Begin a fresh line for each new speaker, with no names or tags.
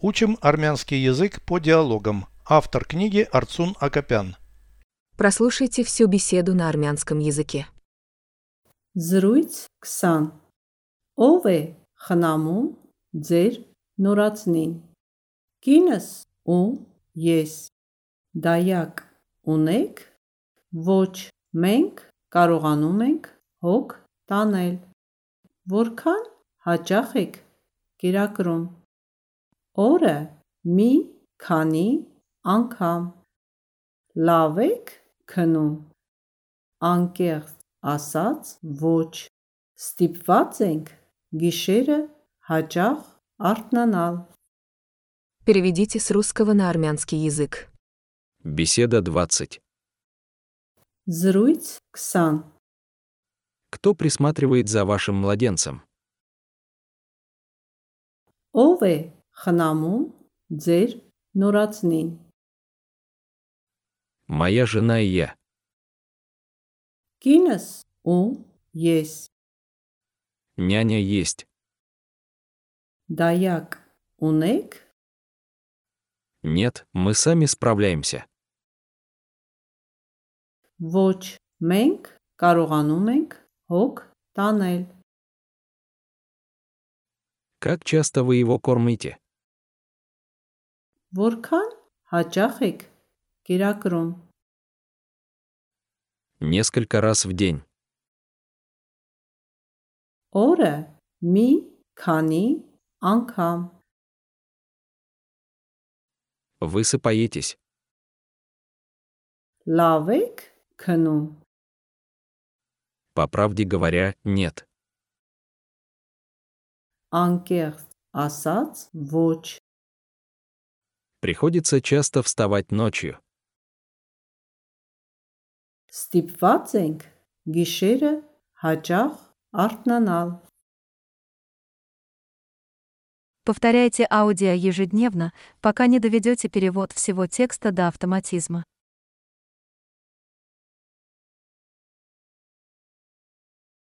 Учим армянский язык по диалогам. Автор книги Арцун Акопян.
Прослушайте всю беседу на армянском языке.
Զրույց 20 Ով է խնամում ձեր նորածնին Կինս ու ես Դայակ ունեք Ոչ մենք կարողանում ենք հոգ տանել Որքան հաճախ եք կերակրում Օրը մի քանի անգամ Լավ եք քնում Անկեղծ ասած ոչ ստիպված ենք գիշերը հաճախ արթնանալ
Переведите с русского на армянский язык.
Беседа 20.
զրույց 20
Кто присматривает за вашим младенцем?
ով է խնամում ձեր նորածնին
Моя жена и я.
կինս ու ես
Няня есть.
դայակ ունեք
Нет, мы сами справляемся.
ոչ մենք կարողանում ենք հոգ տանել
Как часто вы его кормите?
որքան հաճախ եք կերակրում
Несколько раз в день.
օրը մի քանի անգամ
Вы сыпаетесь.
լավ եք քնում
По правде говоря, нет.
անկեղծ ասած ոչ
Приходится часто вставать ночью.
ստիպված ենք գիշերը հաճախ արթնանալ
Повторяйте аудио ежедневно, пока не доведете перевод всего текста до автоматизма.